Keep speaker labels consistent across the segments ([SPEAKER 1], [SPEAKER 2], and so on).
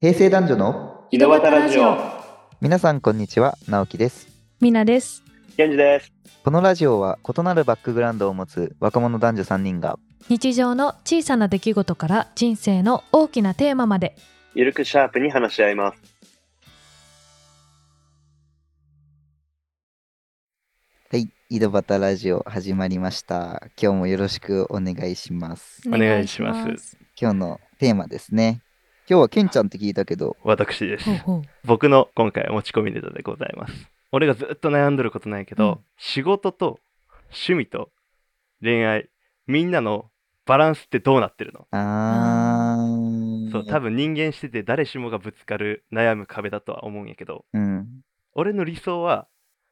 [SPEAKER 1] 平成男女の
[SPEAKER 2] 井戸端ラジオ
[SPEAKER 1] 皆さんこんにちは直樹です
[SPEAKER 3] みなです。
[SPEAKER 2] ケンジです
[SPEAKER 1] このラジオは異なるバックグラウンドを持つ若者男女3人が
[SPEAKER 3] 日常の小さな出来事から人生の大きなテーマまで。
[SPEAKER 2] ゆるくシャープに話し合います
[SPEAKER 1] はい井戸端ラジオ始まりました今日もよろしくお願いします
[SPEAKER 3] お
[SPEAKER 4] 願いします
[SPEAKER 3] 願いしす。
[SPEAKER 1] 今日のテーマですね今日はケンちゃんって聞いたけど
[SPEAKER 4] 私です
[SPEAKER 3] ほう。ほう
[SPEAKER 4] 僕の今回持ち込みネタでございます。俺がずっと悩んでることないけど、
[SPEAKER 3] うん
[SPEAKER 4] 仕事と趣味と恋愛、みんなのバランスってどうなってるの、
[SPEAKER 1] あー
[SPEAKER 4] そう、多分人間してて誰しもがぶつかる悩む壁だとは思うんやけど、
[SPEAKER 1] うん
[SPEAKER 4] 俺の理想は、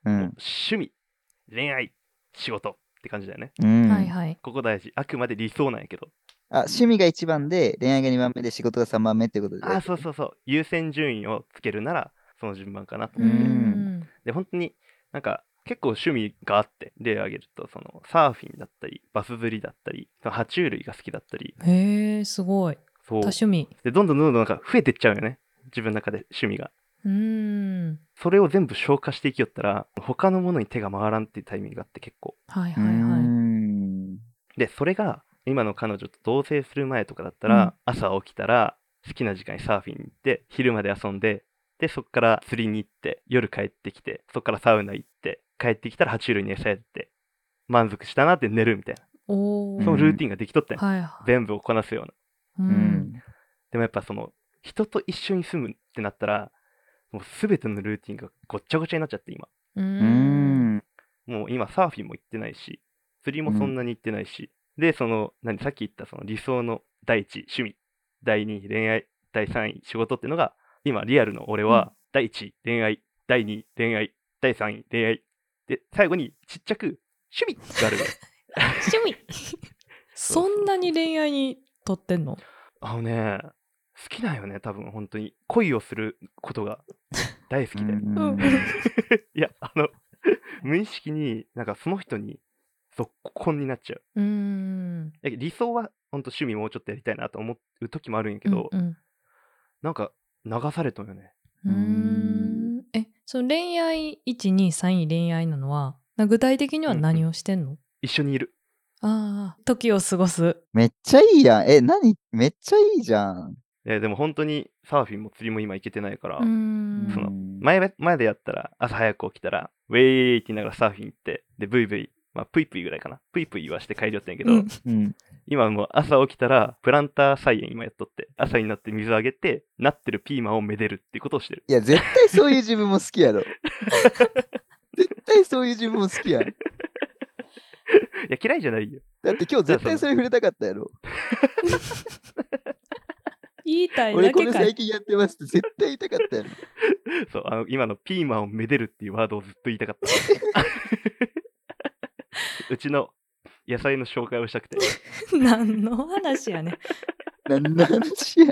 [SPEAKER 1] う
[SPEAKER 4] もうん趣味、恋愛、仕事って感じだよね。
[SPEAKER 1] うん、
[SPEAKER 3] はいはい。
[SPEAKER 4] ここ大事。あくまで理想なんやけど。
[SPEAKER 1] あ趣味が1番で恋愛が2番目で仕事が3番目ってことで
[SPEAKER 4] ああ、そうそうそう。優先順位をつけるなら、その順番かなと
[SPEAKER 1] うん
[SPEAKER 3] うん
[SPEAKER 4] で本当になんか結構趣味があって例を挙げるとそのサーフィンだったりバス釣りだったりその爬虫類が好きだったり
[SPEAKER 3] へえ、すごい。
[SPEAKER 4] そう
[SPEAKER 3] 多趣味。
[SPEAKER 4] でどんどんどんどんなんか増えてっちゃうよね自分の中で趣味が
[SPEAKER 3] うん。
[SPEAKER 4] それを全部消化していきよったら他のものに手が回らんっていうタイミングがあって結構
[SPEAKER 3] はいうはいは
[SPEAKER 1] ん
[SPEAKER 4] でそれが今の彼女と同棲する前とかだったら、朝起きたら好きな時間にサーフィンに行って昼まで遊んででそこから釣りに行って夜帰ってきてそこからサウナ行って帰ってきたら爬虫類に餌やって満足したなって寝るみたいな
[SPEAKER 3] おお
[SPEAKER 4] その
[SPEAKER 3] ー。
[SPEAKER 4] ルーティンができとったんよ、
[SPEAKER 3] はいはい。
[SPEAKER 4] 全部をこなすような
[SPEAKER 3] う。
[SPEAKER 1] うんん
[SPEAKER 4] でもやっぱその人と一緒に住むってなったらもう全てのルーティンがごっちゃごちゃになっちゃって今
[SPEAKER 3] う。
[SPEAKER 1] うんん
[SPEAKER 4] もう今サーフィンも行ってないし釣りもそんなに行ってないし、でその何さっき言ったその理想の第一趣味第二恋愛第三位仕事ってのが今リアルの俺
[SPEAKER 3] うん
[SPEAKER 4] は第一恋愛第二恋愛第三位恋愛で最後にちっちゃく趣味があるぐらい
[SPEAKER 3] 趣味。そんなに恋愛にとってんの
[SPEAKER 4] あのね好きだよね多分本当に恋をすることが大好きで、
[SPEAKER 1] うん
[SPEAKER 3] うん
[SPEAKER 4] いやあの無意識になんかその人に続婚になっちゃう
[SPEAKER 3] うん。
[SPEAKER 4] だけど理想は本当趣味もうちょっとやりたいなと思う時もあるんやけど、
[SPEAKER 3] うん
[SPEAKER 4] なんか流されたよね
[SPEAKER 3] うん。うんえ、その恋愛1、2、3位恋愛なのは、な具体的には何をしてんの
[SPEAKER 4] 一緒にいる
[SPEAKER 3] ああ、時を過ごす。
[SPEAKER 1] めっちゃいいやん。え、何めっちゃいいじゃん。
[SPEAKER 4] ででも本当にサーフィンも釣りも今行けてないから、
[SPEAKER 3] うーん
[SPEAKER 4] その
[SPEAKER 1] うん
[SPEAKER 4] 前前でやったら朝早く起きたらウェーイって言いながらサーフィン行ってでブイブイまあプイプイぐらいかなプイプイ言わして帰りよったんやけど、
[SPEAKER 3] うん
[SPEAKER 1] うん。
[SPEAKER 4] 今もう朝起きたらプランター菜園今やっとって朝になって水あげてなってるピーマンをめでるっていうことをしてる
[SPEAKER 1] いや、絶対そういう自分も好きやろ。絶対そういう自分も好きやん。
[SPEAKER 4] いや嫌いじゃないよ
[SPEAKER 1] だって今日絶対それ触れたかったやろ。
[SPEAKER 3] 言いたい
[SPEAKER 1] 俺
[SPEAKER 3] だ
[SPEAKER 1] こ
[SPEAKER 3] け
[SPEAKER 1] れ
[SPEAKER 3] か
[SPEAKER 1] 最
[SPEAKER 3] い。
[SPEAKER 1] 近やってますって絶対言いたかったやろ。
[SPEAKER 4] そうあの今のピーマンをめでるっていうワードをずっと言いたかった うちの野菜の紹介をしたくて
[SPEAKER 3] 何の話やね。
[SPEAKER 1] 何の話や。
[SPEAKER 4] い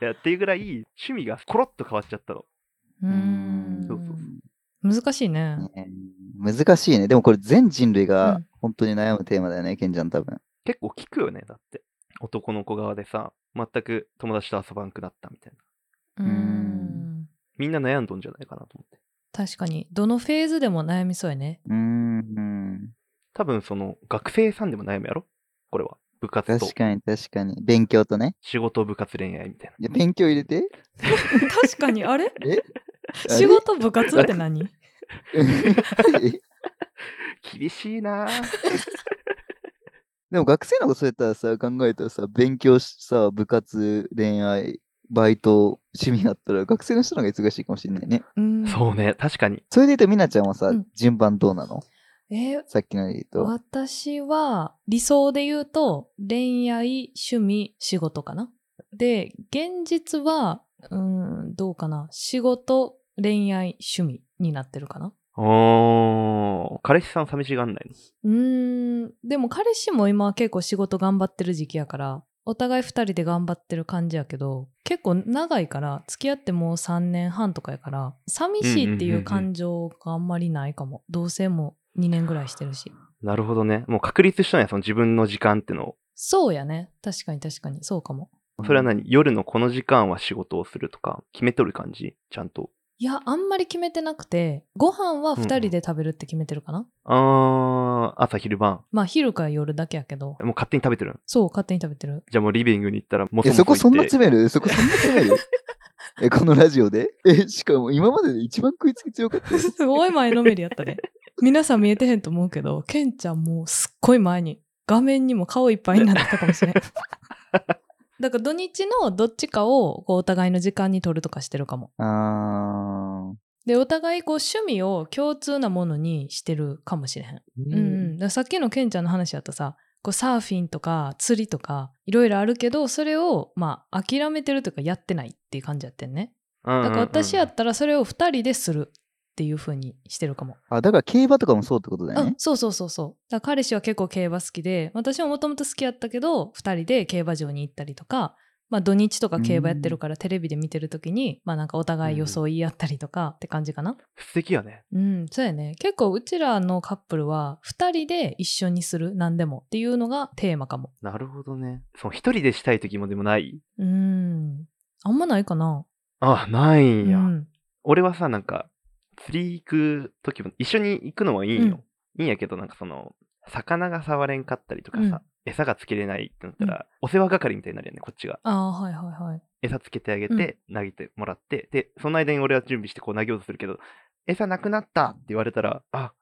[SPEAKER 4] やっていうぐらい趣味がコロッと変わっちゃったの
[SPEAKER 3] うーん
[SPEAKER 4] そうそう
[SPEAKER 3] 難しいね。
[SPEAKER 1] ね難しいね。でもこれ全人類
[SPEAKER 3] う
[SPEAKER 1] が
[SPEAKER 3] ん
[SPEAKER 1] 本当に悩むテーマだよね、ケンちゃん多分。
[SPEAKER 4] 結構聞くよねだって男の子側でさ全く友達と遊ばんくなったみたいな
[SPEAKER 3] うーん。
[SPEAKER 4] みんな悩んどんじゃないかなと思って
[SPEAKER 3] 確かに、どのフェーズでも悩みそうやね。
[SPEAKER 1] うーん。
[SPEAKER 4] 多分その学生さんでも悩むやろこれは部活と
[SPEAKER 1] 確かに確かに。勉強とね。
[SPEAKER 4] 仕事部活恋愛みたい な
[SPEAKER 1] や
[SPEAKER 4] い
[SPEAKER 1] 勉強入れ て。
[SPEAKER 3] 確かに、あれ
[SPEAKER 1] えあれ
[SPEAKER 3] 仕事部活って何
[SPEAKER 4] 厳しいな ぁ
[SPEAKER 1] でも学生の子そうやったらさ、考えたらさ、勉強しさ、部活、恋愛、バイト、趣味だったら学生の人の方が忙しいかもしれないね。
[SPEAKER 3] うん
[SPEAKER 4] そうね確かに
[SPEAKER 1] それで言うと、みなちゃんはさ、
[SPEAKER 3] うん
[SPEAKER 1] 順番どうなの
[SPEAKER 3] えー
[SPEAKER 1] さっきので言うと。
[SPEAKER 3] 私は、理想で言うと、恋愛、趣味、仕事かな。で、現実は、うーん、どうかな。仕事、恋愛、趣味になってるかな。
[SPEAKER 4] おー彼氏さん寂しがんないの
[SPEAKER 3] うーん、でも彼氏も今は結構仕事頑張ってる時期やから、お互い二人で頑張ってる感じやけど、結構長いから、付き合ってもう3年半とかやから、寂しいってい
[SPEAKER 4] んうんうんう
[SPEAKER 3] うん感情があんまりないかも。同棲も2年ぐらいしてるし。
[SPEAKER 4] なるほどね。もう確立したんや、その自分の時間ってのを。
[SPEAKER 3] そうやね。確かに確かに。そうかも。
[SPEAKER 4] それは何夜のこの時間は仕事をするとか、決めとる感じちゃんと。
[SPEAKER 3] いや、あんまり決めてなくて、ご飯は2人で食べるって決めてるかな、
[SPEAKER 4] あー、朝昼晩。
[SPEAKER 3] まあ、昼か夜だけやけど、
[SPEAKER 4] もう勝手に食べてるん
[SPEAKER 3] そう、勝手に食べてる。
[SPEAKER 4] じゃあもうリビングに行ったら、もう
[SPEAKER 1] え、そこそんな詰めるそこそんな詰め るえ、このラジオでえ、しかも今までで一番食いつき強かったよ。
[SPEAKER 3] すごい前のめりやった ね。皆さん見えてへんと思うけど、ケンちゃんもうすっごい前に、画面にも顔いっぱいになってたかもしれ ん。だから土日のどっちかをこうお互いの時間に取るとかしてるかも。
[SPEAKER 1] あ
[SPEAKER 3] で、お互いこう趣味を共通なものにしてるかもしれへん。うんうん、だからさっきのケンちゃんの話やったさこうサーフィンとか釣りとかいろいろあるけどそれをまあ諦めてるというかやってないっていう感じやってんねだから私や
[SPEAKER 4] っ
[SPEAKER 3] ったらそれを2人でするっていう風にしてるかも、
[SPEAKER 1] ーあ。だから競馬とかもそうってことだ
[SPEAKER 3] う
[SPEAKER 1] よ
[SPEAKER 3] ん
[SPEAKER 1] ね。
[SPEAKER 3] そうそうそうそうだから彼氏は結構競馬好きで私ももともと好きやったけど2人で競馬場に行ったりとかまあ土日とか競馬やってるからテレビで見てる時にまあなんかお互い予想言い合ったりとかって感じかな
[SPEAKER 4] 素敵やね。
[SPEAKER 3] うん、そうやね。結構うちらのカップルは2人で一緒にする何でもっていうのがテーマかも。
[SPEAKER 4] なるほどね。そう、一人でしたい時もでもない。
[SPEAKER 3] うん。あんまないかな。
[SPEAKER 4] あ、ないんや。
[SPEAKER 3] うん、
[SPEAKER 4] 俺はさ、なんか、釣り行く時も、一緒に行くのはいいんよ。いいんやけど、なんかその、魚が触れんかったりとかさ、餌がつけれないってなったら、お世話係みたいになるよね、こっちが。
[SPEAKER 3] ああ、はいはいはい。
[SPEAKER 4] 餌つけてあげて、投げてもらって、で、その間に俺は準備してこう投げようとするけど、餌なくなったって言われたら、あ、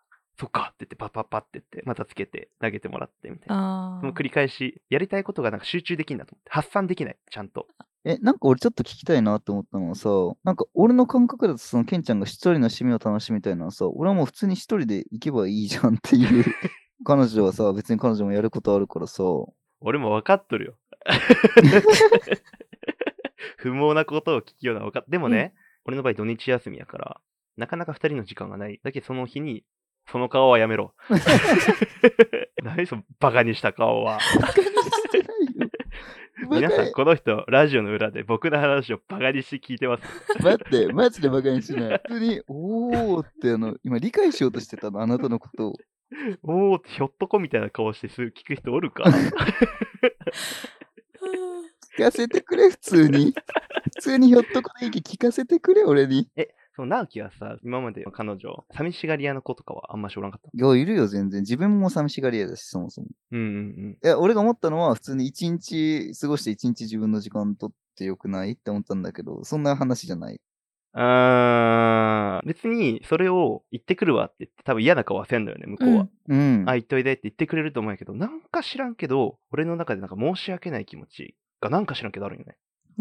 [SPEAKER 4] そっかって言って、パッパッパって言って、またつけて、投げてもらって、みたいな。
[SPEAKER 3] あ
[SPEAKER 4] その繰
[SPEAKER 3] あ。
[SPEAKER 4] り返し、やりたいことがなんか集中できんだと思って、発散できない、ちゃんと。
[SPEAKER 1] え、なんか俺ちょっと聞きたいなと思ったのはさ、なんか俺の感覚だとそのケンちゃんが一人の趣味を楽しみたいなのはさ、俺はもう普通に一人で行けばいいじゃんっていう。 彼女はさ、別に彼女もやることあるからさ。
[SPEAKER 4] 俺も分かっとるよ。 不毛なことを聞くような分かっ、でもね、俺の場合土日休みやから、なかなか二人の時間がない。だけどその日に、その顔はやめろ。 何そのバカにした顔は。
[SPEAKER 1] してないよ。バ
[SPEAKER 4] 皆
[SPEAKER 1] カ
[SPEAKER 4] さ
[SPEAKER 1] や
[SPEAKER 4] ん、この人、ラジオの裏で僕の話をバカにして聞いて ます。
[SPEAKER 1] 待って、マジでバカにしない。普通に、おーってあの、今理解しようとしてたの、あなたのことを。
[SPEAKER 4] おー、ひょっとこみたいな顔してすぐ聞く人おる か。
[SPEAKER 1] 聞かせてくれ、普通に。普通にひょっとこの意見聞かせてくれ、俺に。
[SPEAKER 4] その直樹はさ、今までの彼女、寂しがり屋の子とかはあんましおらんかった。
[SPEAKER 1] いや、いるよ、全然。自分も寂しがり屋だし、そもそも。
[SPEAKER 4] うんうんうん。
[SPEAKER 1] いや、俺が思ったのは、普通に一日過ごして一日自分の時間取ってよくないって思ったんだけど、そんな話じゃない。
[SPEAKER 4] あー、別に、それを言ってくるわって言って、多分嫌な顔はせんだよね、向こうは。
[SPEAKER 1] うん。
[SPEAKER 4] あ、言っといでって言ってくれると思うんやけど、なんか知らんけど、俺の中でなんか申し訳ない気持ちがなんか知らんけどあるんよね。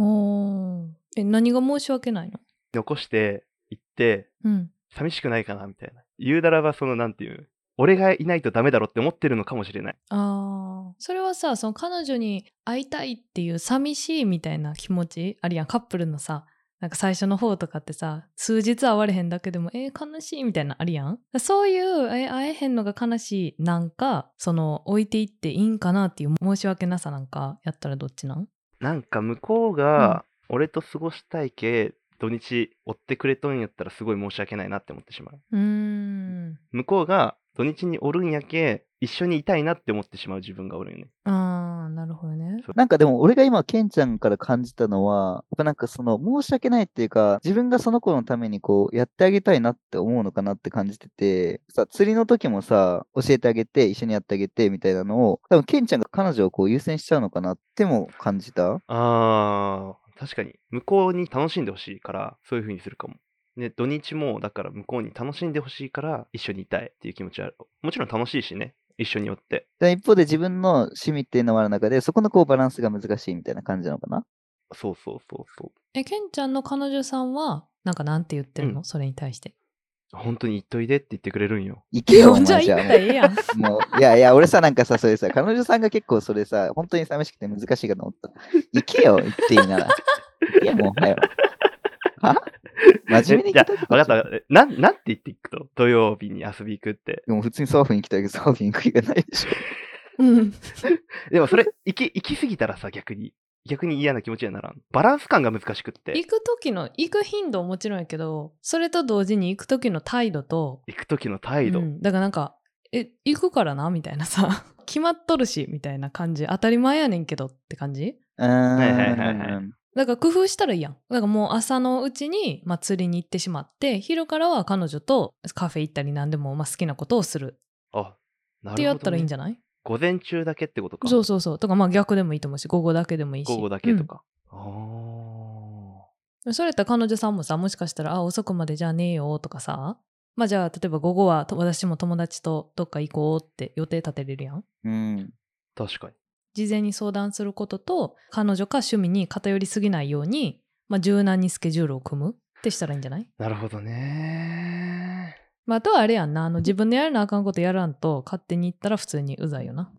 [SPEAKER 3] もう。え、何が申し訳ないの
[SPEAKER 4] 残して、行って、
[SPEAKER 3] うん。
[SPEAKER 4] 寂しくないかなみたいな。言うならば、その、なんていう、俺がいないとダメだろって思ってるのかもしれない。
[SPEAKER 3] ああ。それはさ、その彼女に会いたいっていう寂しいみたいな気持ちあるやん。カップルのさ、なんか最初の方とかってさ、数日会われへんだけでも、えー悲しいみたいなのあるやん。そういう、えー会えへんのが悲しいなんか、その置いていっていいんかなっていう申し訳なさなんかやったらどっちなん
[SPEAKER 4] なんか向こうが、俺と過ごしたいけ、土日追ってくれとんやったらすごい申し訳ないなって思ってしまう。
[SPEAKER 3] うーん。
[SPEAKER 4] 向こうが土日におるんやけ、一緒にいたいなって思ってしまう自分がおるよね。
[SPEAKER 3] ああ、なるほどね。
[SPEAKER 1] なんかでも俺が今、ケンちゃんから感じたのは、やっぱなんかその、申し訳ないっていうか、自分がその子のためにこう、やってあげたいなって思うのかなって感じてて、さ、釣りの時もさ、教えてあげて、一緒にやってあげて、みたいなのを、多分ケンちゃんが彼女をこう優先しちゃうのかなっても感じた
[SPEAKER 4] あー、確かに。向こうに楽しんでほしいから、そういう風にするかも。で、土日も、だから向こうに楽しんでほしいから、一緒にいたいっていう気持ちはある。もちろん楽しいしね。一緒におって。
[SPEAKER 1] で一方で自分の趣味っていうのもある中で、そこのこうバランスが難しいみたいな感じなのかな
[SPEAKER 4] そうそうそうそう。
[SPEAKER 3] え、ケンちゃんの彼女さんは、なんかなんて言ってるの、
[SPEAKER 4] うん
[SPEAKER 3] それに対 して。
[SPEAKER 4] 本当に行っといでって言ってくれるんよ。
[SPEAKER 1] いけよ、お
[SPEAKER 3] じゃあ
[SPEAKER 1] 前
[SPEAKER 3] 行
[SPEAKER 1] じ
[SPEAKER 3] っ
[SPEAKER 1] ゃ
[SPEAKER 3] たらええ やん。
[SPEAKER 1] あもう。もう、いやいや、俺さ、なんかさ、それ さ、彼女さんが結構それさ、本当に寂しくて難しいかと思った。行けよ、行っていいなら。行けよ、もう、はよ。は真面目に行
[SPEAKER 4] じゃ
[SPEAKER 1] きたい
[SPEAKER 4] あ、わかった。えなん、なんて言っていくと土曜日に遊び行くって。
[SPEAKER 1] でも普通にサーフィン行きたいけど、サーフィン行く気がないでしょ。
[SPEAKER 3] うん。
[SPEAKER 4] でも それ、行き、行き過ぎたらさ、逆に。逆に嫌な気持ちにはならん。バランス感が難しくって。
[SPEAKER 3] 行く時の、行く頻度ももちろんやけど、それと同時に行く時の態度と、
[SPEAKER 4] 行く時の態度。
[SPEAKER 3] うんだからなんか、え、 行くからなみたいなさ、決まっとるし、みたいな感じ、当たり前やねんけどって感じ
[SPEAKER 1] うーん。
[SPEAKER 4] はいはいはいは
[SPEAKER 3] だから工夫したらいいやん。だからもう朝のうちに、まあ、釣りに行ってしまって、昼からは彼女とカフェ行ったり何でも、まあ、好きなことをする
[SPEAKER 4] あ、なるほど、ね。
[SPEAKER 3] ってやったらいいんじゃない、
[SPEAKER 4] 午前中だけってことか。
[SPEAKER 3] そうそうそう。とかまあ逆でもいいと思うし、午後だけでもいいし。
[SPEAKER 4] 午後だけとか。
[SPEAKER 3] うん。それやったら彼女さんもさ、もしかしたら、あ、遅くまでじゃあねえよとかさ。まあじゃあ、例えば午後はと私も友達とどっか行こうって予定立てれるやん。
[SPEAKER 1] うん。
[SPEAKER 4] ああ、確かに。
[SPEAKER 3] 事前に相談することと、彼女か趣味に偏りすぎないように、まあ柔軟にスケジュールを組むってしたらいいんじゃない
[SPEAKER 4] なるほどね。
[SPEAKER 3] まあ、あとはあれやんなあの自分でやらなあかんことやらんと勝手に行ったら普通にうざいよな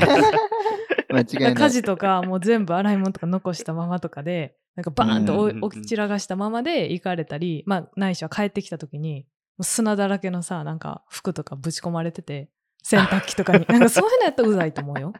[SPEAKER 1] 間違いない。
[SPEAKER 3] 家事とかもう全部洗い物とか残したままとかでなんかバーンと
[SPEAKER 4] うんうんう
[SPEAKER 3] お
[SPEAKER 4] ん
[SPEAKER 3] 起き散らがしたままで行かれたり、まあ、ないしは帰ってきた時にもう砂だらけのさなんか服とかぶち込まれてて洗濯機 とかになんかそういうのやったらうざいと思うよ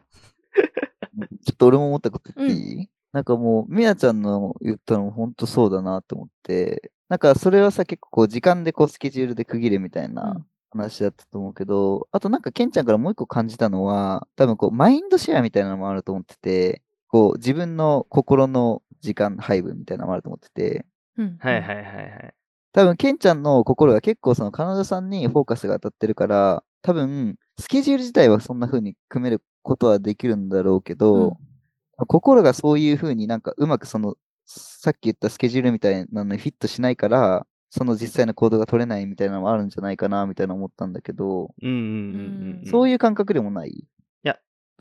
[SPEAKER 1] ちょっと俺も思ったこと言っていい、なんかもう、みやちゃんの言ったのほんとそうだなと思って、なんかそれはさ、結構こう時間でこうスケジュールで区切るみたいな話だったと思うけど、あとなんかケンちゃんからもう一個感じたのは、多分こうマインドシェアみたいなのもあると思ってて、こう自分の心の時間配分みたいなのもあると思ってて、
[SPEAKER 3] うん
[SPEAKER 4] はいはいはいはい。
[SPEAKER 1] 多分、ケンちゃんの心が結構その彼女さんにフォーカスが当たってるから、多分、スケジュール自体はそんな風に組めることはできるんだろうけど、心がそういう風になんかうまくその、さっき言ったスケジュールみたいなのにフィットしないから、その実際の行動が取れないみたいなのもあるんじゃないかな、みたいな思ったんだけど、
[SPEAKER 4] うんうんうんうん。
[SPEAKER 3] ん
[SPEAKER 1] そう
[SPEAKER 4] いう。
[SPEAKER 1] いう感覚でもない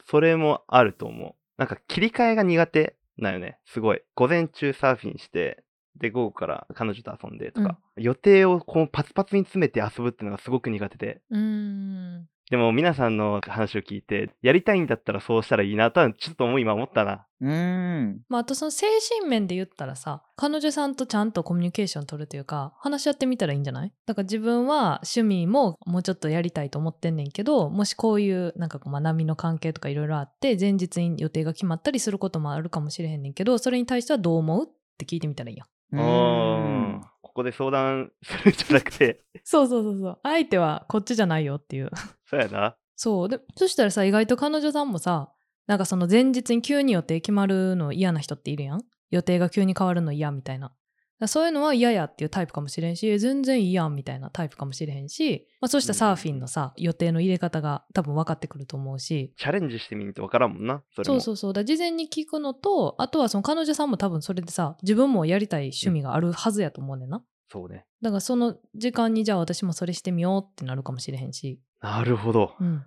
[SPEAKER 4] それもあると思う。なんか切り替えが苦手なよね。すごい。午前中サーフィンして、で、午後から彼女と遊んでとか、予定をこうパツパツに詰めて遊ぶっていうのがすごく苦手で。
[SPEAKER 3] うーん
[SPEAKER 4] でも皆さんの話を聞いて、やりたいんだったらそうしたらいいなとはちょっともう今思ったな。
[SPEAKER 1] うーん。
[SPEAKER 3] まあ、あとその精神面で言ったらさ彼女さんとちゃんとコミュニケーション取るというか話し合ってみたらいいんじゃないだから自分は趣味ももうちょっとやりたいと思ってんねんけどもしこういうなんかこう学びの関係とかいろいろあって前日に予定が決まったりすることもあるかもしれへんねんけどそれに対してはどう思うって聞いてみたらいいやん
[SPEAKER 1] うー
[SPEAKER 4] うん
[SPEAKER 1] ん。
[SPEAKER 4] ここで相談するんじゃなくて、
[SPEAKER 3] そうそうそうそう相手はこっちじゃないよっていう
[SPEAKER 4] そうやな。
[SPEAKER 3] そうでそしたらさ意外と彼女さんもさなんかその前日に急に予定決まるの嫌な人っているやん予定が急に変わるの嫌みたいなだからそういうのは嫌やっていうタイプかもしれんし全然いいやんみたいなタイプかもしれへんし、まあ、そうしたらサーフィンのさ予定の入れ方が多分分かってくると思うし
[SPEAKER 4] チャレンジしてみんとわからんもんな。それ
[SPEAKER 3] そう
[SPEAKER 4] も。
[SPEAKER 3] そううそうだから事前に聞くのとあとはその彼女さんも多分それでさ自分もやりたい趣味があるはずやと思うねんな
[SPEAKER 4] そう。そうね。
[SPEAKER 3] だからその時間にじゃあ私もそれしてみようってなるかもしれへんし
[SPEAKER 4] なるほど。
[SPEAKER 3] うん、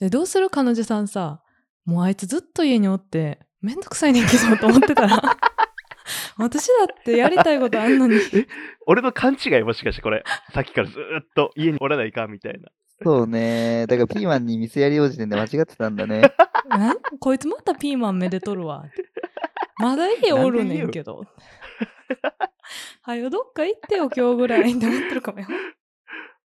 [SPEAKER 3] でどうする彼女さんさもうあいつずっと家におってめんどくさいねんけどと思ってた ら私だってやりたいことあんのに
[SPEAKER 4] 俺の勘違いもしかしてこれ、さっきからずーっと家におらないかんみたいな。
[SPEAKER 1] そうね。だからピーマンに店やりよう時点で間違ってたんだね。
[SPEAKER 3] なんこいつまたピーマンめでとるわってまだ家おるねんけど はよどっか行ってよ今日ぐらいって思ってるかもよ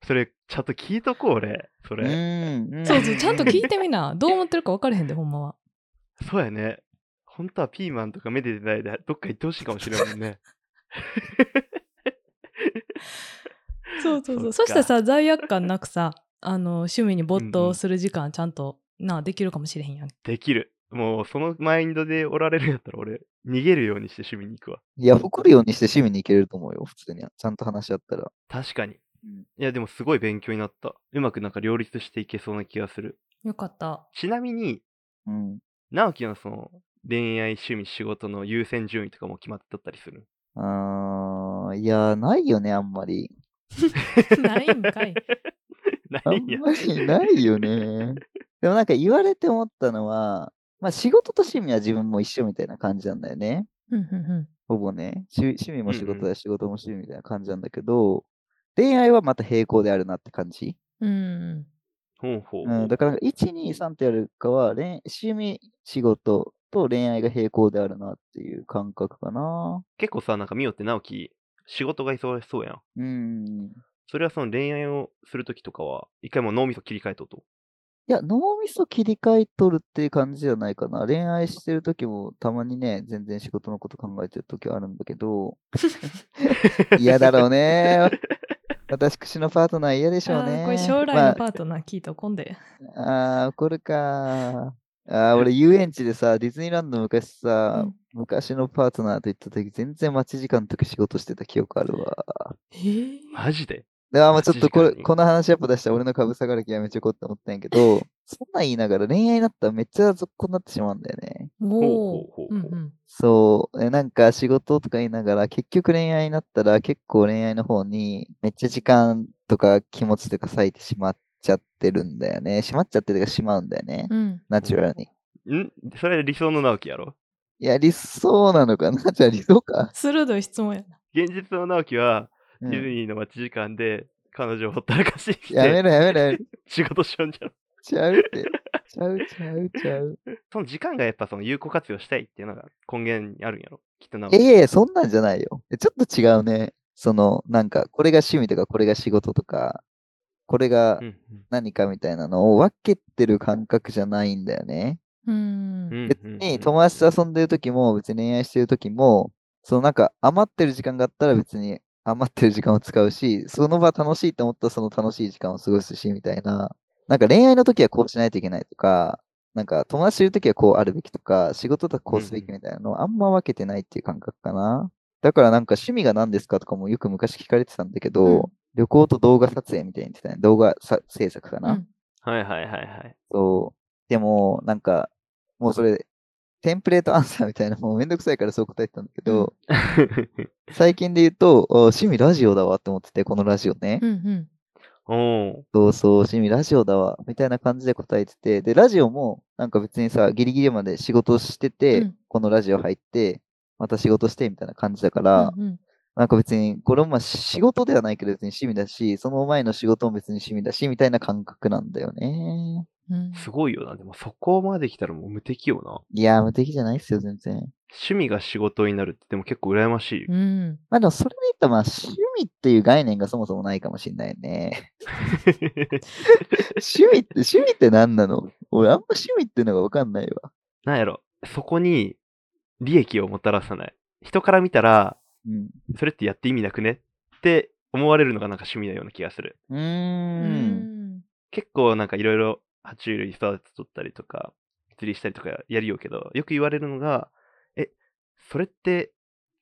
[SPEAKER 4] それ、ちゃんと聞いと こう、俺。そうれ。
[SPEAKER 1] ーん。
[SPEAKER 3] そうそうちゃんと聞いてみなどう思ってるか分からへんでほんまは
[SPEAKER 4] そうやね。本当はピーマンとかめでてないで、どっか行ってほしいかもしれんもんね。
[SPEAKER 3] そうそうそう
[SPEAKER 4] そ
[SPEAKER 3] そ
[SPEAKER 4] っか
[SPEAKER 3] したらさ罪悪感なくさあの趣味に没頭する時間ちゃんとなできるかもしれへんやん
[SPEAKER 4] できる。もう、そのマインドでおられるんやったら、俺、逃げるようにして趣味に行くわ。
[SPEAKER 1] いや、誇るようにして趣味に行けると思うよ、普通に。ちゃんと話し合ったら。
[SPEAKER 4] 確かに。
[SPEAKER 1] うん
[SPEAKER 4] いや、でもすごい勉強になった。うまくなんか両立していけそうな気がする。
[SPEAKER 3] よかった
[SPEAKER 4] ちなみに、
[SPEAKER 1] うん。
[SPEAKER 4] 直樹のその、恋愛、趣味、仕事の優先順位とかも決まってったりする。
[SPEAKER 1] あーいやー、ないよね、あんまり。
[SPEAKER 3] ないんかい。
[SPEAKER 4] な
[SPEAKER 1] あ
[SPEAKER 4] い
[SPEAKER 1] ん
[SPEAKER 4] んや。
[SPEAKER 1] まりないよね。でもなんか言われて思ったのは、まあ仕事と趣味は自分も一緒みたいな感じなんだよね。
[SPEAKER 3] うんうん
[SPEAKER 1] ほぼね。趣趣味も仕
[SPEAKER 4] う
[SPEAKER 1] 事
[SPEAKER 4] んうん
[SPEAKER 1] だ、仕事も趣味みたいな感じなんだけど、恋愛はまた並行であるなって感じ。
[SPEAKER 3] うん。 うん
[SPEAKER 4] ほうほう
[SPEAKER 1] う、
[SPEAKER 4] ほうん
[SPEAKER 1] だからなんか1、2、3ってやるかは、恋趣味、仕事と恋愛が並行であるなっていう感覚かな。
[SPEAKER 4] 結構さ、なんかミオって直樹、仕事が忙しそうやん。
[SPEAKER 1] うん。
[SPEAKER 4] それはその恋愛をするときとかは、一回もう脳みそ切り替えとうと。
[SPEAKER 1] いや、脳みそ切り替えとるっていう感じじゃないかな。恋愛してる時もたまにね、全然仕事のこと考えてる時はあるんだけど、嫌だろうね。私、くしのパートナー嫌でしょう
[SPEAKER 3] あ
[SPEAKER 1] ね
[SPEAKER 3] ー。これ将来のパートナー聞いとこんで。
[SPEAKER 1] まあ、あー怒るか。ああ、俺遊園地でさ、ディズニーランド昔さ、
[SPEAKER 3] うん
[SPEAKER 1] 昔のパートナーと行った時、全然待ち時間の時仕事してた記憶あるわ。
[SPEAKER 3] えー
[SPEAKER 4] マジで
[SPEAKER 1] であーまあちょっとこ
[SPEAKER 4] 待
[SPEAKER 1] れ、
[SPEAKER 4] ち時間に
[SPEAKER 1] この話やっぱ出したら俺の株下がる気やめちょこうって思ったんやけど、そんなん言いながら恋愛になったらめっちゃ続行になってしまうんだよね。
[SPEAKER 3] お
[SPEAKER 4] ほうほうほうほう。
[SPEAKER 3] おうんうん
[SPEAKER 1] そう、えなんか仕事とか言いながら、結局恋愛になったら結構恋愛の方にめっちゃ時間とか気持ちとか割いてしまっちゃってるんだよね。しまっちゃってるとかしまうんだよね。
[SPEAKER 3] うん。
[SPEAKER 1] ナチュラルに。
[SPEAKER 4] んそれ理想の直樹やろ
[SPEAKER 1] いや、理想なのかな じゃあ理想か。
[SPEAKER 3] 鋭い質問やな。
[SPEAKER 4] 現実の直樹は、
[SPEAKER 1] う
[SPEAKER 4] デ
[SPEAKER 1] ん
[SPEAKER 4] ィズニーの待ち時間で彼女をほったらかしにし
[SPEAKER 1] やめ
[SPEAKER 4] て
[SPEAKER 1] ろやめろやめろ。
[SPEAKER 4] 仕事しちゃうんじゃん。
[SPEAKER 1] ちゃうって。ちゃうちゃうちゃう。
[SPEAKER 4] その時間がやっぱその有効活用したいっていうのが根源にあるんやろきっとな。
[SPEAKER 1] いやいや、そんなんじゃないよ。えちょっと違うね。その、なんか、これが趣味とか、これが仕事とか、これが
[SPEAKER 4] うん
[SPEAKER 1] 何かみたいなのを分けてる感覚じゃないんだよね。
[SPEAKER 3] う
[SPEAKER 4] うん
[SPEAKER 3] ん。
[SPEAKER 4] うん
[SPEAKER 1] 別
[SPEAKER 4] うんうん
[SPEAKER 1] に友達と遊んでる時も、別に恋愛してる時も、そのなんか余ってる時間があったら別に余ってる時間を使うし、その場楽しいと思ったらその楽しい時間を過ごすし、みたいな。なんか恋愛の時はこうしないといけないとか、なんか友達といる時はこうあるべきとか、仕事とはこうすべき
[SPEAKER 4] うんう
[SPEAKER 1] みたいなのをあんま分けてないっていう感覚かな。だからなんか趣味が何ですかとかもよく昔聞かれてたんだけど、
[SPEAKER 3] うん
[SPEAKER 1] 旅行と動画撮影みたいに言ってたね。動画さ制作かな。
[SPEAKER 3] うん
[SPEAKER 4] はいはいはいはい。
[SPEAKER 1] そう。でも、なんか、もうそれ、テンプレートアンサーみたいな、もうめんどくさいからそう答えてたんだけど、最近で言うと、あ趣味ラジオだわって思ってて、このラジオね。
[SPEAKER 3] うんうん。
[SPEAKER 4] おお
[SPEAKER 1] そうそう、趣味ラジオだわ、みたいな感じで答えてて、で、ラジオも、なんか別にさ、ギリギリまで仕事してて、
[SPEAKER 3] うん
[SPEAKER 1] このラジオ入って、また仕事してみたいな感じだから、
[SPEAKER 3] うんうん
[SPEAKER 1] なんか別に、これもまあ仕事ではないけど別に趣味だし、その前の仕事も別に趣味だし、みたいな感覚なんだよね。
[SPEAKER 3] うん
[SPEAKER 4] すごいよな。でもそこまで来たらもう無敵よな。
[SPEAKER 1] いやー、無敵じゃないっすよ、全然。
[SPEAKER 4] 趣味が仕事になるってでも結構羨ましい。
[SPEAKER 3] うん。
[SPEAKER 1] まあでもそれで言ったらまあ趣味っていう概念がそもそもないかもしれない ね。趣味って、趣味って何なの俺あんま趣味っていうのがわかんないわ。
[SPEAKER 4] なんやろ、そこに利益をもたらさない。人から見たら、
[SPEAKER 1] うん。
[SPEAKER 4] それってやって意味なくねって思われるのがなんか趣味なような気がする。
[SPEAKER 1] う
[SPEAKER 3] う
[SPEAKER 1] ーん。
[SPEAKER 3] ん。
[SPEAKER 4] 結構なんかいろいろ爬虫類育てとったりとか、釣りしたりとかやるようけど、よく言われるのが、え、それって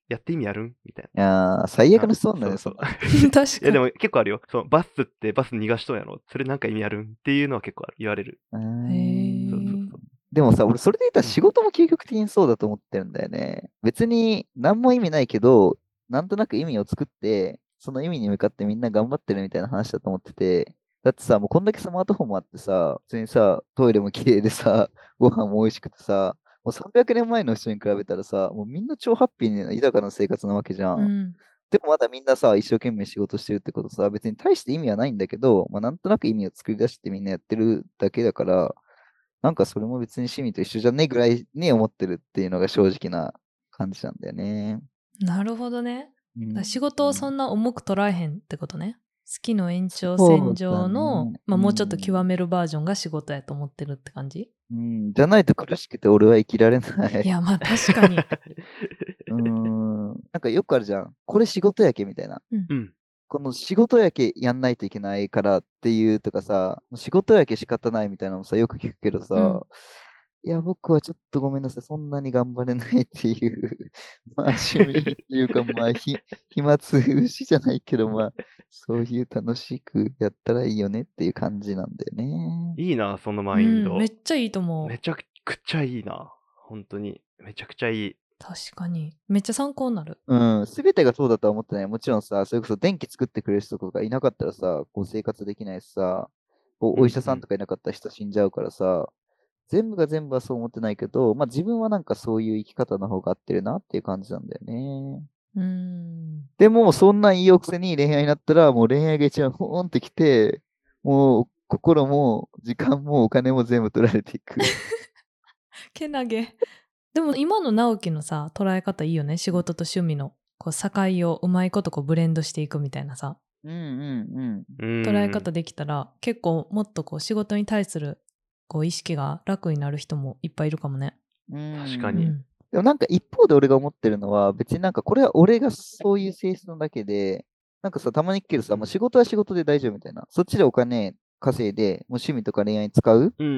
[SPEAKER 4] やって意味あるんみたいな。
[SPEAKER 1] いやー最悪の質問だ
[SPEAKER 4] あ
[SPEAKER 1] ね、
[SPEAKER 4] そう
[SPEAKER 1] そ
[SPEAKER 4] そう。
[SPEAKER 3] 確かに。
[SPEAKER 4] いやでも結構あるよ。そのバスってバス逃がしとんやろそれなんか意味あるんっていうのは結構ある言われる。
[SPEAKER 1] う
[SPEAKER 3] へ
[SPEAKER 1] ーん
[SPEAKER 3] ー
[SPEAKER 4] そうそうそう
[SPEAKER 1] でもさ、俺それで言ったら仕事も究極的にそうだと思ってるんだよね。別に何も意味ないけど、なんとなく意味を作って、その意味に向かってみんな頑張ってるみたいな話だと思ってて、だってさ、もうこんだけスマートフォンもあってさ、普通にさ、トイレも綺麗でさ、 ご飯も美味しくてさ、もう300年前の人に比べたらさ、もうみんな超ハッピーな豊かな生活なわけじゃん。
[SPEAKER 3] うん。
[SPEAKER 1] でもまだみんなさ、一生懸命仕事してるってことさ、別に大して意味はないんだけど、まあ、なんとなく意味を作り出してみんなやってるだけだから、なんかそれも別に趣味と一緒じゃねえぐらいに思ってるっていうのが正直な感じなんだよね。
[SPEAKER 3] なるほどね。
[SPEAKER 1] うん
[SPEAKER 3] だから仕事をそんな重く捉えへんってことね。好きの延長
[SPEAKER 1] そうだね
[SPEAKER 3] 線上の、まあ、もうちょっと極めるバージョンが仕事やと思ってるって感じ、
[SPEAKER 1] うん、じゃないと苦しくて俺は生きられないい。
[SPEAKER 3] やまあ確かに
[SPEAKER 1] うーん。なんかよくあるじゃん。これ仕事やけみたいな。
[SPEAKER 4] うん。
[SPEAKER 1] この仕事やけやんないといけないからっていうとかさ、仕事やけ仕方ないみたいなのもさ、よく聞くけどさ、
[SPEAKER 3] うん
[SPEAKER 1] いや、僕はちょっとごめんなさい、そんなに頑張れないっていう、 まあ趣味っていうか、まあ ひ、暇つぶしじゃないけど、まあ、そういう楽しくやったらいいよねっていう感じなんだよね。
[SPEAKER 4] いいな、その マインド。
[SPEAKER 3] うんめっちゃいいと思う
[SPEAKER 4] めちゃくちゃいいな。本当に。めちゃくちゃいい。
[SPEAKER 3] 確かにめっちゃ参考になる
[SPEAKER 1] うん、すべてがそうだとは思ってない。もちろんさ、それこそ電気作ってくれる人とかいなかったらさ、こう生活できないしさ、こうお医者さ
[SPEAKER 4] う
[SPEAKER 1] ん
[SPEAKER 4] んうん
[SPEAKER 1] とかいなかったら人死んじゃうからさ、全部が全部はそう思ってないけど、まあ自分はなんかそういう生き方の方が合ってるなっていう感じなんだよね。
[SPEAKER 3] うん
[SPEAKER 1] でも、そんなん言いよくせに恋愛になったら、もう恋愛が一番ほーんってきて、もう心も時間もお金も全部取られてい く。
[SPEAKER 3] けなげでも今の直樹のさ捉え方いいよね仕事と趣味のこう境をうまいことこうブレンドしていくみたいなさ
[SPEAKER 1] うんうんうん。
[SPEAKER 4] うん
[SPEAKER 3] 捉え方できたら、結構もっとこう仕事に対するこう意識が楽になる人もいっぱいいるかもね、
[SPEAKER 1] 確
[SPEAKER 4] か
[SPEAKER 3] う
[SPEAKER 4] に
[SPEAKER 3] ん、
[SPEAKER 1] でもなんか一方で俺が思ってるのは、別になんかこれは俺がそういう性質のだけで、なんかさ、たまに聞くけどさ、もう仕事は仕事で大丈夫みたいな。そっちでお金稼いで、もう趣味とか恋愛に使うっ
[SPEAKER 4] うんう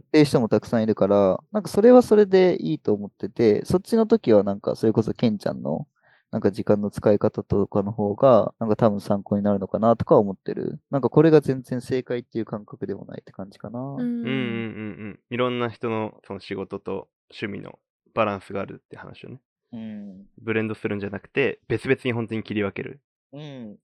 [SPEAKER 4] ん
[SPEAKER 1] ていう人もたくさんいるから、なんかそれはそれでいいと思ってて、そっちの時はなんかそれこそケンちゃんのなんか時間の使い方とかの方が、なんか多分参考になるのかなとかは思ってる。なんかこれが全然正解っていう感覚でもないって感じかな。
[SPEAKER 4] うん。うんうんうんうん。いろんな人のその仕事と趣味のバランスがあるって話よね。
[SPEAKER 1] うん。
[SPEAKER 4] ブレンドするんじゃなくて、別々に本当に切り分ける。
[SPEAKER 1] うん。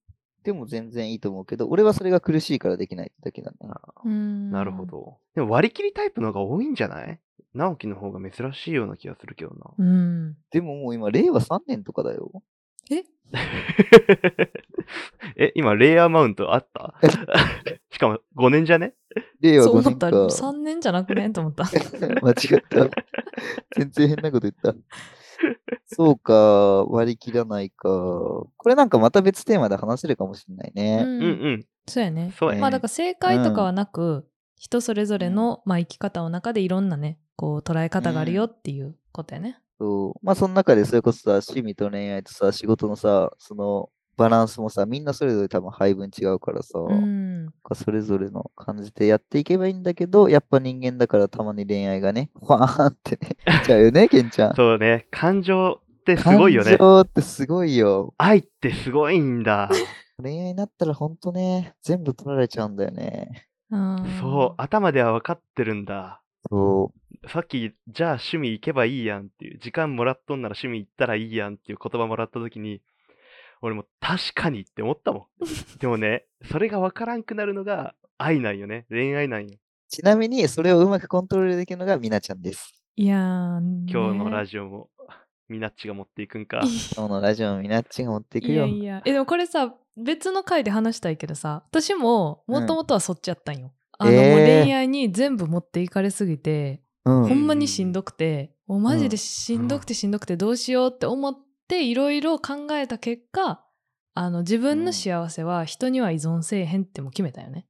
[SPEAKER 1] でも全然いいと思うけど、俺はそれが苦しいからできないだけなんだな。
[SPEAKER 3] うん
[SPEAKER 4] なるほ。ど。でも割り切りタイプの方が多いんじゃない直樹の方が珍しいような気がするけどな。
[SPEAKER 3] うん。
[SPEAKER 1] でももう今、令和3年とかだよ。
[SPEAKER 3] え
[SPEAKER 4] え、今、レイヤーマウントあった しかも5年じゃね
[SPEAKER 1] 令和
[SPEAKER 3] そう
[SPEAKER 1] 5
[SPEAKER 3] 思
[SPEAKER 1] 年
[SPEAKER 3] った。
[SPEAKER 1] か。
[SPEAKER 3] 3年じゃなくねと 思った。
[SPEAKER 1] 間違った。全然変なこと言った。そうか、割り切らないか。これなんかまた別テーマで話せるかもしれないね。
[SPEAKER 4] うんうん。
[SPEAKER 3] そうやね。
[SPEAKER 4] そうやね。
[SPEAKER 3] まあだから正解とかはなく、人それぞれの、まあ、生き方の中でいろんなね、こう捉え方があるよっていうことやね。
[SPEAKER 1] そうまあその中でそれこそさ、趣味と恋愛とさ、仕事のさ、そのバランスもさ、みんなそれぞれ多分配分違うからさ、
[SPEAKER 3] うん。
[SPEAKER 1] なんかそれぞれの感じでやっていけばいいんだけど、やっぱ人間だからたまに恋愛がね、 わーんってね、来ちゃうよね、ケンちゃん。
[SPEAKER 4] そうね。感情ってすごいよね
[SPEAKER 1] 感。情ってすごいよ。
[SPEAKER 4] 愛ってすごいんだ。
[SPEAKER 1] 恋愛になったらほんとね、全部取られちゃうんだよね。
[SPEAKER 4] そう。
[SPEAKER 3] あ
[SPEAKER 4] 頭では分かってるんだ。
[SPEAKER 1] そ
[SPEAKER 4] さっき、じゃあ趣味行けばいいやんっていう、時間もらっとんなら趣味行ったらいいやんっていう言葉もらった時に、俺も確かにって思ったもん。でもね、それが分からんくなるのが愛なんよね。恋愛なん
[SPEAKER 1] う。
[SPEAKER 4] よ。
[SPEAKER 1] ちなみに、それをうまくコントロールできるのがみなちゃんです。
[SPEAKER 3] いやー、ね、
[SPEAKER 4] 今日のラ
[SPEAKER 3] ジ
[SPEAKER 4] ジオも、みなっちが持っていくんか。
[SPEAKER 1] 今日のラジオもみなっちが持っていくよ。
[SPEAKER 3] いやいや。え、でもこれさ、別の回で話したいけどさ、私ももともとはそっちやったんよ。あの、もう
[SPEAKER 1] えー
[SPEAKER 3] 恋愛に全部持っていかれすぎて、
[SPEAKER 1] うん
[SPEAKER 3] ほんまにしんどくて、もうマジでしんどくてしんどくてどうしようって思っていろいろ考えた結果、あの自分の幸せは人には依存せえへんっても決めたよね。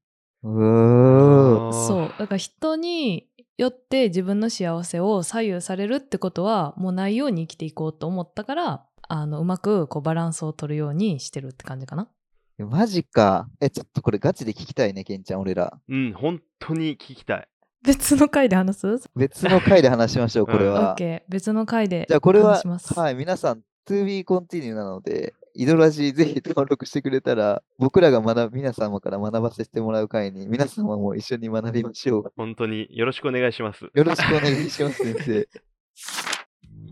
[SPEAKER 1] うーん。
[SPEAKER 3] そう。だから人によって自分の幸せを左右されるってことはもうないように生きていこうと思ったから、あのうまくこうバランスを取るようにしてるって感じかな。
[SPEAKER 1] マジか。え、ちょっとこれガチで聞きたいね、ケンちゃん、俺ら。
[SPEAKER 4] うん、本当に聞きたい。
[SPEAKER 3] 別の回で話す
[SPEAKER 1] 別の回で話しましょう、これ
[SPEAKER 4] うん
[SPEAKER 1] は。
[SPEAKER 3] ?OK。別の回で
[SPEAKER 1] じゃあこれ
[SPEAKER 3] 話
[SPEAKER 1] は
[SPEAKER 3] します。、
[SPEAKER 1] はい、皆さん、to be continue なので、イドラジぜひ登録してくれたら、僕らが学ぶ、皆様から学ばせてもらう会に、皆様も一緒に学びましょう。
[SPEAKER 4] 本当によろしくお願いします。
[SPEAKER 1] よろしくお願いします、先 生。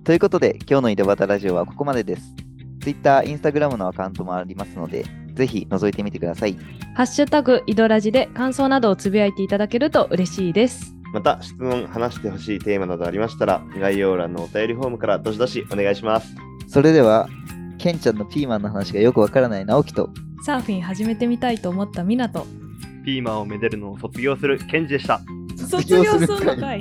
[SPEAKER 1] ということで、今日の井戸端ラジオはここまでです。Twitter、Instagram のアカウントもありますので、ぜひ覗いてみてください。
[SPEAKER 3] ハッシュタグイドラジで感想などをつぶやいていただけると嬉しいです。
[SPEAKER 2] また、質問、話してほしいテーマなどありましたら、概要欄のお便りフォームからどしどしお願いします。
[SPEAKER 1] それでは、ケンちゃんのピーマンの話がよくわからない直樹と、
[SPEAKER 3] サーフィン始めてみたいと思った湊
[SPEAKER 4] ピーマンをめでるのを卒業するケンジでした。
[SPEAKER 3] 卒業するのかい